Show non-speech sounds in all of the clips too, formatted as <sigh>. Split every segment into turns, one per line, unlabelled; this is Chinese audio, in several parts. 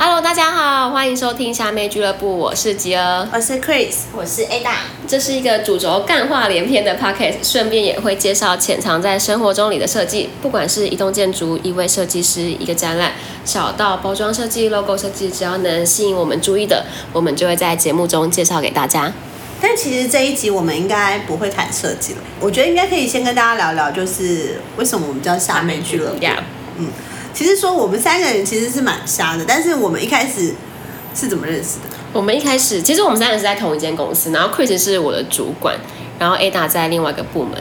好，欢迎收听虾妹俱乐部，我是吉儿。
我是 Chris，
我是 Ada，
这是一个主轴干话连篇的 podcast，顺便也会介绍潜藏在生活中里的设计，不管是一栋建筑、一位设计师、一个展览，小到包装设计、logo 设计，只要能吸引我们注意的，我们就会在节目中介绍给大家。
但其实这一集我们应该不会谈设计了，我觉得应该可以先跟大家聊聊，就是为什么我们叫虾妹俱乐部。
呀、
其实说我们三个人其实是蛮瞎的，但是我们一开始是怎么认识的？
我们一开始其实我们三个人是在同一间公司，然后 Chris 是我的主管，然后 Ada 在另外一个部门。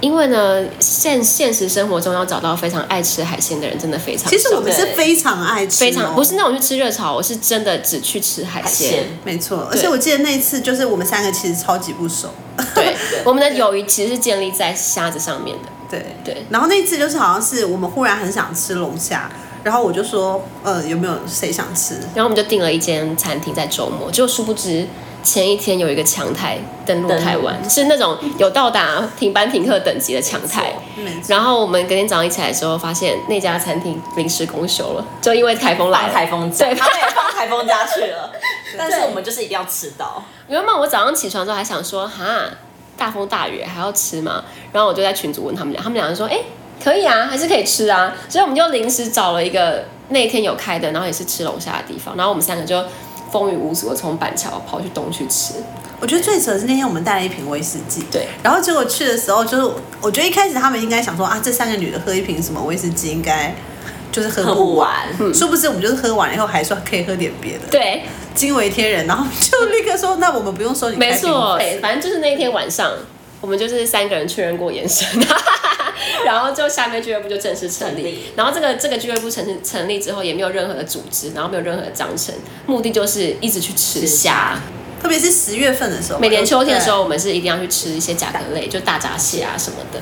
因为呢，现现实生活中要找到非常爱吃海鲜的人，真的非常少
其实我们是非常爱吃、哦，
非常不是那种去吃热炒，我是真的只去吃海
海
鲜。
鲜，
没错。而且我记得那一次就是我们三个其实超级不熟，
对，我们的友谊其实是建立在虾子上面的。
对。
对，
然后那一次就是好像是我们忽然很想吃龙虾，然后我就说，呃，有没有谁想吃？
然后我们就订了一间餐厅在周末，结果殊不知前一天有一个强台登陆
登陆
台湾，是那种有到达停班停课等级的强台。
没错。
然后我们隔天早上一起来的时候，发现那家餐厅临时公休了，就因为台风来
放
了。
台风假，
对
他们也放台风假去 <laughs> 了，但是我们就是一定要吃到，
原本我早上起床之后还想说，哈，大风大雨还要吃吗？然后我就在群组问他们俩，他们两个说，哎、可以啊，还是可以吃啊。所以我们就临时找了一个那天有开的，然后也是吃龙虾的地方，然后我们三个就风雨无阻的从板桥跑去东区吃。
我觉得最扯的是那天我们带了一瓶威士忌，
对，
然后结果去的时候，就是我觉得一开始他们应该想说啊，这三个女的喝一瓶什么威士忌，应该就是喝
喝
不
不
完。嗯
完。
殊不知我们就是喝完了以后，还说可以喝点别的，
对，
惊为天人。然后就立刻说，那我们不用收你
没
开瓶
错
费，
反正就是那一天晚上，我们就是三个人确认过眼神， <laughs> 然后就下面俱乐部就正式成
成
立
立。
然后这个这个俱乐部成成立之后，也没有任何的组织，然后没有任何的章程，目的就是一直去吃
吃
虾。
特别是十月份的时候，
每年秋天的时候，我们是一定要去吃一些甲壳类，就大闸蟹啊什么的。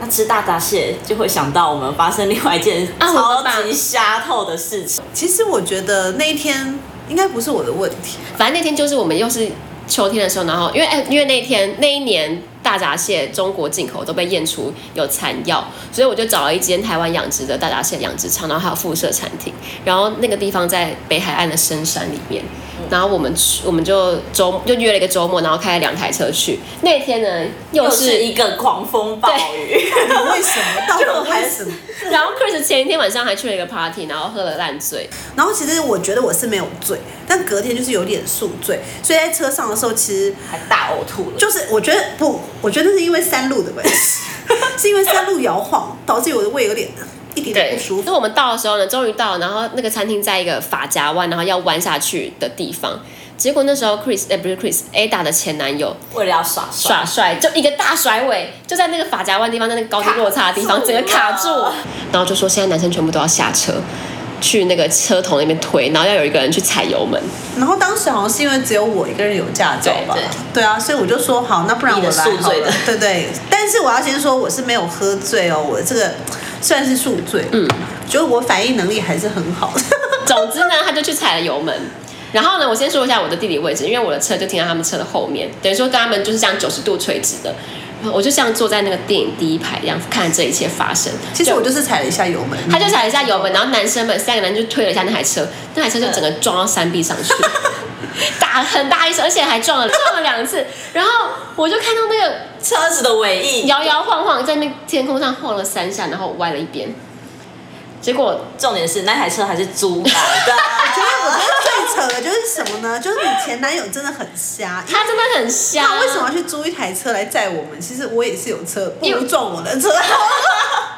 那吃大闸蟹就会想到我们发生另外一件
啊我
超
们吧
级瞎透的事情
对，，其实我觉得那一天应该不是我的问
<laughs>
题，
反正那天就是我们又是秋天的时候，然后因为哎、因为那一天那一年大闸蟹中国进口都被验出有残药，所以我就找了一间台湾养殖的大闸蟹养殖场，然后还有附设餐厅，然后那个地方在北海岸的深山里面。
嗯
然后我们去，我们就周就约了一个周末，然后开了两台车去。那天呢，又
又
是
是一个狂风暴雨，
为什么？到底为什么？
然后 Chris 前一天晚上还去了一个 party，然后喝了烂醉。
然后其实我觉得我是没有醉，但隔天就是有点宿醉，所以在车上的时候，其实
还大呕吐了。
就是我觉得不，我觉得是因为山路的关
<laughs>
系，是因为山路摇晃导致我的胃有点一点点
对，
不舒服。
那我们到的时候呢，终于到了，然后那个餐厅在一个法夹弯，然后要弯下去的地方。结果那时候 Chris 哎、不是 Chris，Ada 的前男友
为了要耍帅，
耍帅，就一个大甩尾，就在那个法夹弯地方，在那个高低落差的地方，
卡
整
住
个
了
卡住，然后就说现在男生全部都要下车，去那个车头那边推，然后要有一个人去踩油门。
然后当时好像是因为只有我一个人有驾照吧，
对
对啊，所以我就说好，那不然我
你的
来好了
宿醉的
对对。但是我要先说，我是没有喝醉哦，我这个算是宿醉，嗯，觉得我反应能力还是很好
<laughs>
的。
总之呢，他就去踩了油门。然后呢，我先说一下我的地理位置，因为我的车就停在他们车的后面，等于说跟他们就是这样九十度垂直的。然后我就这样坐在那个电影第一排，这样看这一切发生。
其实我就是踩了一下油门， <laughs>
他就踩了一下油门，然后男生们三个人就推了一下那台车，那台车就整个撞到山壁上
<laughs>
去，打很大一声，而且还撞了撞了两次。然后我就看到那个
车子的尾翼
摇摇晃晃在那天空上晃了三下，然后歪了一边。结果
重点是那台车还是 <laughs> 租来的，啊
我觉得最扯的就是什么呢？就是你前男友真的很瞎，
他真的很瞎，
他为什么要去租一台车来载我们？其实我也是有车，不
因为
如撞我的车。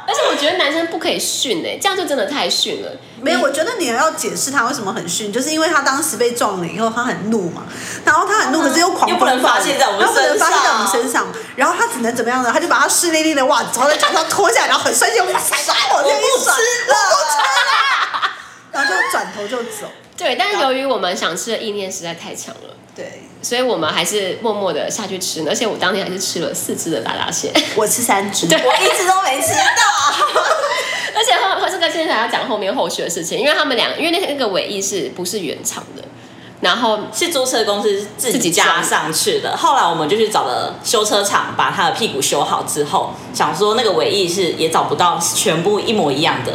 而且我觉得男生不可以训哎、这样就真的太训了。
没有，我觉得你要解释他为什么很逊，就是因为他当时被撞了以后，他很怒嘛，然后他很怒，可是又狂
又不能
风暴
发泄在我们
又不能
身
发泄在我们
上
身上，然后他只能怎么样呢？他就把他湿淋淋的袜子从他的脚上脱下来，然后很生气，我甩我这一甩，我不吃了，
<laughs>
然后就转头就走。
对，但是由于我们想吃的意念实在太强了，
对，
所以我们还是默默的下去吃呢。而且我当天还是吃了四只的拉拉蟹， <laughs>
我吃三只，
对
我一直都没吃到。
而且后这个现在还要讲后面后续的事情，因为他们俩因为那那个尾翼是不是原厂的，然后
是租车公司自
自己
己
装
加上去的。后来我们就去找了修车厂，把他的屁股修好之后，想说那个尾翼是也找不到全部一模一样的。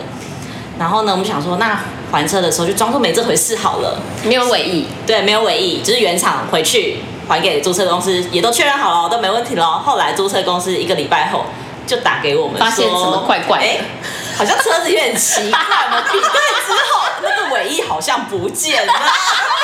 然后呢，我们想说那还车的时候就装作没这回事好了。
没有尾
<laughs>
翼，
对，没有尾翼，就是原厂回去还给租车公司，也都确认好了，都没问题了。后来租车公司一个礼拜后就打给我们说，
发现什么怪怪的
哎好像车子有点
<laughs>
奇怪，我们比对之后，那个尾翼好像不见了。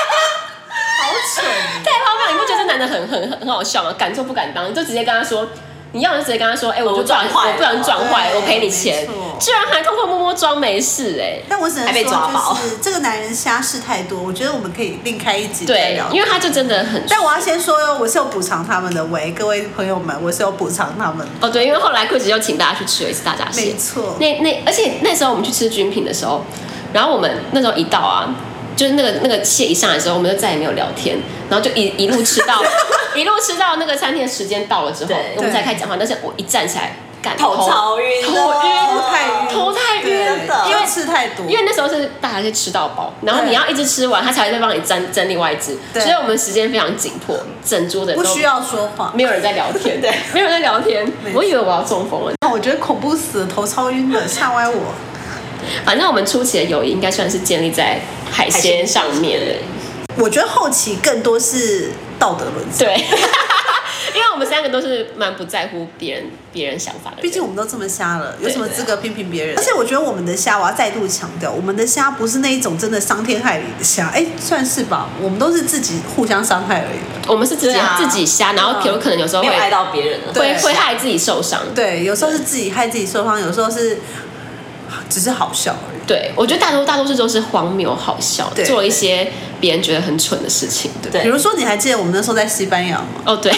好蠢
太荒谬！你不觉得这男的很很很很好笑吗？敢做不敢当，就直接跟他说，你要么就直接跟他说，哎、我
我
就撞，
撞坏了
我不然撞坏，
对
我赔你钱
没错，
居然还偷偷摸摸装没事、哎。
但我只能
还被
说，
抓包
就是这个男人瞎事太多，我觉得我们可以另开一集再
对
聊，。
因为他就真的很，
但我要先说哟，我是有补偿他们的，喂，各位朋友们，我是有补偿他们的。
哦对，因为后来柜子又请大家去吃了一次大闸蟹，
没错
那那而且那时候我们去吃军品的时候，然后我们那时候一到啊，就是那个那个蟹一上来的时候，我们就再也没有聊天，然后就一一路吃
<laughs>
到一路吃到那个餐厅的时间到了之后
对，
我们才
对
开始讲话。但是我一站起来，感
头超晕的，
头晕
头太晕
头太
对
晕，
真的
因为吃太多，
因为那时候是大家是吃到饱，然后
对
你要一只吃完，他才会再帮你沾沾另外一只，
对
所以我们时间非常紧迫，整桌的人
不
都
需要说话。
没有人在聊
<laughs>
天，
对，
没有人在聊天，我以为我要中风了。
我觉得恐怖死了，头超晕的，吓歪我。
反正我们初期的友谊应该算是建立在海鲜上面的，
我觉得后期更多是道德沦丧，
对， <laughs> 因为我们三个都是蛮不在乎别人别人想法的人，
毕竟我们都这么瞎了，有什么
对
资格批评别人？而且我觉得我们的虾，我要再度强调，我们的虾不是那一种真的伤天害理的虾，哎，算是吧，我们都是自己互相伤害而已。
我们是自己、
对啊
自己瞎，然后有可能有时候
没
会
有爱到别人了。
会
对
会害自己受伤。
对，有时候是自己害自己受伤，有时候是只是好笑而已。
对，我觉得大多大多数都是荒谬好笑，
对
做了一些别人觉得很蠢的事情。对，
对
比如说，你还记得我们那时候在西班牙吗？
哦对，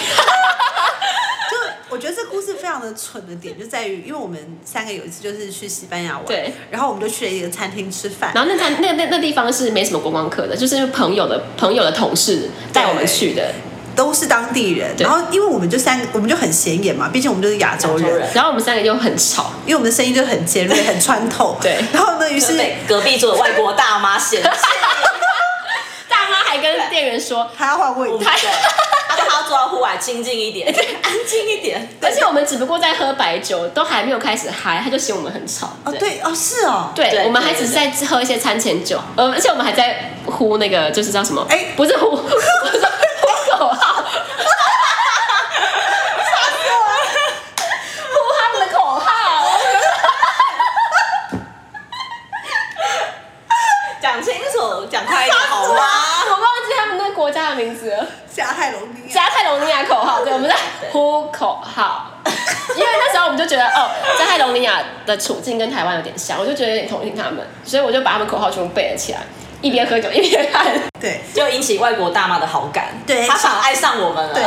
就我觉得这故事非常的蠢的点就在于，因为我们三个有一次就是去西班牙玩，
对，
然后我们就去了一个餐厅吃饭，
然后那那那那那地方是没什么观光客的，就是朋友的朋友的同事带我们去的，
都是当地人，
对
然后因为我们就三个，我们就很显眼嘛，毕竟我们就是亚洲人，
亚洲人
然后我们三个又很吵， <laughs>
因为我们的声音就很尖锐、很穿透，
对
然后呢，于是
被隔壁桌的外国大妈嫌
<laughs>
弃，
大妈还跟店员说，
还要换位
我
置
们，对，她说她要坐到户外清静一点，安静一点。
而且我们只不过在喝白酒，都还没有开始嗨，他就嫌我们很吵。
哦，对，哦，是哦，
对，
对
我们还只是在喝一些餐前酒，呃，而且我们还在呼那个就是叫什么？
哎
不是呼，不是呼口
<laughs>
号，呼他们的口号。
讲清楚，讲快一点好啊
<laughs>
吗？
我忘记他们那个国家的名字了，
加泰隆尼亚，
加泰隆尼亚口号。对，我们在呼口号。因为那时候我们就觉得，哦，加泰隆尼亚的处境跟台湾有点像，我就觉得有点同情他们，所以我就把他们口号全部背了起来，一边喝酒一边看。
对
就引起外国大妈的好感，
对
她反而爱上我们了。
对，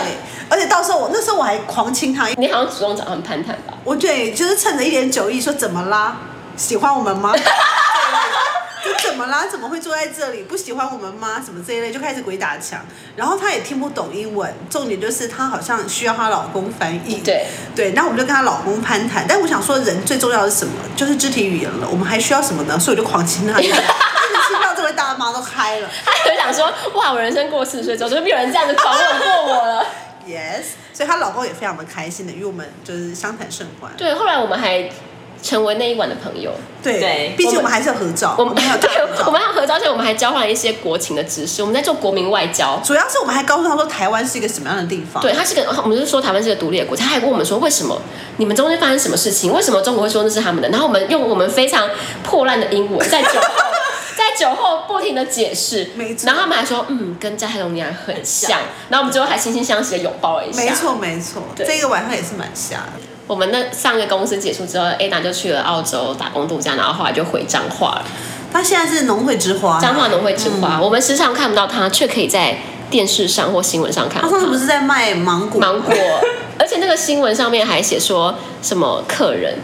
而且到时候我那时候我还狂亲他，
你好像主动找他们攀谈吧？
我对，就是趁着一点酒意说怎么啦？喜欢我们
<laughs>
吗？就怎么啦？怎么会坐在这里？不喜欢我们吗？什么这一类就开始鬼打墙，然后她也听不懂英文，重点就是她好像需要她老公翻译。
对
对，那我们就跟她老公攀谈，但我想说人最重要的是什么？就是肢体语言了，我们还需要什么呢？所以我就狂亲她，一直亲到这位大妈都嗨了。
他很想说，哇，我人生过四十岁之后，就是没有人这样子狂吻过我了。
Yes，所以她老公也非常的开心的与我们就是相谈甚欢。
对，后来我们还成为那一晚的朋友，
对，
对
毕
我
竟
们
我们还是有合照，
我
我
们 <laughs>
们还有大
对
合照，
我。们还有合照，而且我们还交换了一些国情的知识，我们在做国民外交。
主要是我们还告诉他说台湾是一个什么样的地方。
对，他是个，我们就说台湾是个独立的国家，他还问我们说为什么你们中间发生什么事情，为什么中国会说那是他们的？然后我们用我们非常破烂的英文在酒
<laughs>
后在酒后不停的解释，
没错
然后他们还说嗯，跟加泰罗尼亚很像，然后我们最后还惺惺相惜的拥抱了一下，
没错没错，
对
这个晚上也是蛮瞎的。
我们那上个公司结束之后，Ada 就去了澳洲打工度假，然后后来就回彰化了。
他现在是农会之花，
彰化农会之花，
嗯
我们时常看不到他，却可以在电视上或新闻上看
他
到
上次
他
不是在卖芒
<laughs>
果？
芒果，而且那个新闻上面还写说什么客人，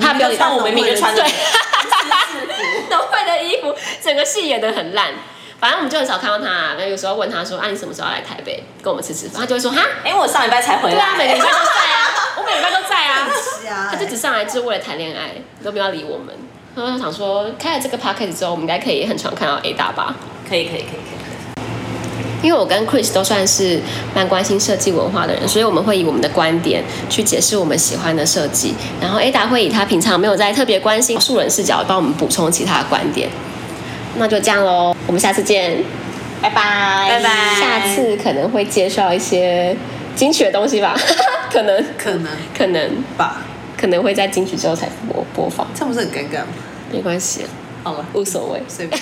他的标题
但我们明明就穿
<laughs>
着
对，农会的衣服，整个戏演的很烂。反正我们就很少看到他，那有时候问他说：“啊，你什么时候要来台北跟我们吃吃饭？”他就会说：“哈，
哎、我上礼拜才回来。
对啊，每个礼拜都在啊，我每个礼拜都在啊。”
瞎
他就只上来就是为了谈恋爱，都不要理我们。然后我想说，开了这个 podcast 之后，我们应该可以很常看到 A 大吧？
<laughs> 可以可以可以可
因为我跟 Chris 都算是蛮关心设计文化的人，所以我们会以我们的观点去解释我们喜欢的设计，然后 Ada 会以她平常没有在特别关心素人视角帮我们补充其他的观点。那就这样喽，我们下次见。
拜拜，
拜拜
下次可能会介绍一些金曲的东西吧， <laughs> 可能，
可能
可能，
吧，
可能会在金曲之后才播播放，
这样不是很尴尬吗？
没关系，啊
好了，
无所谓。
随便。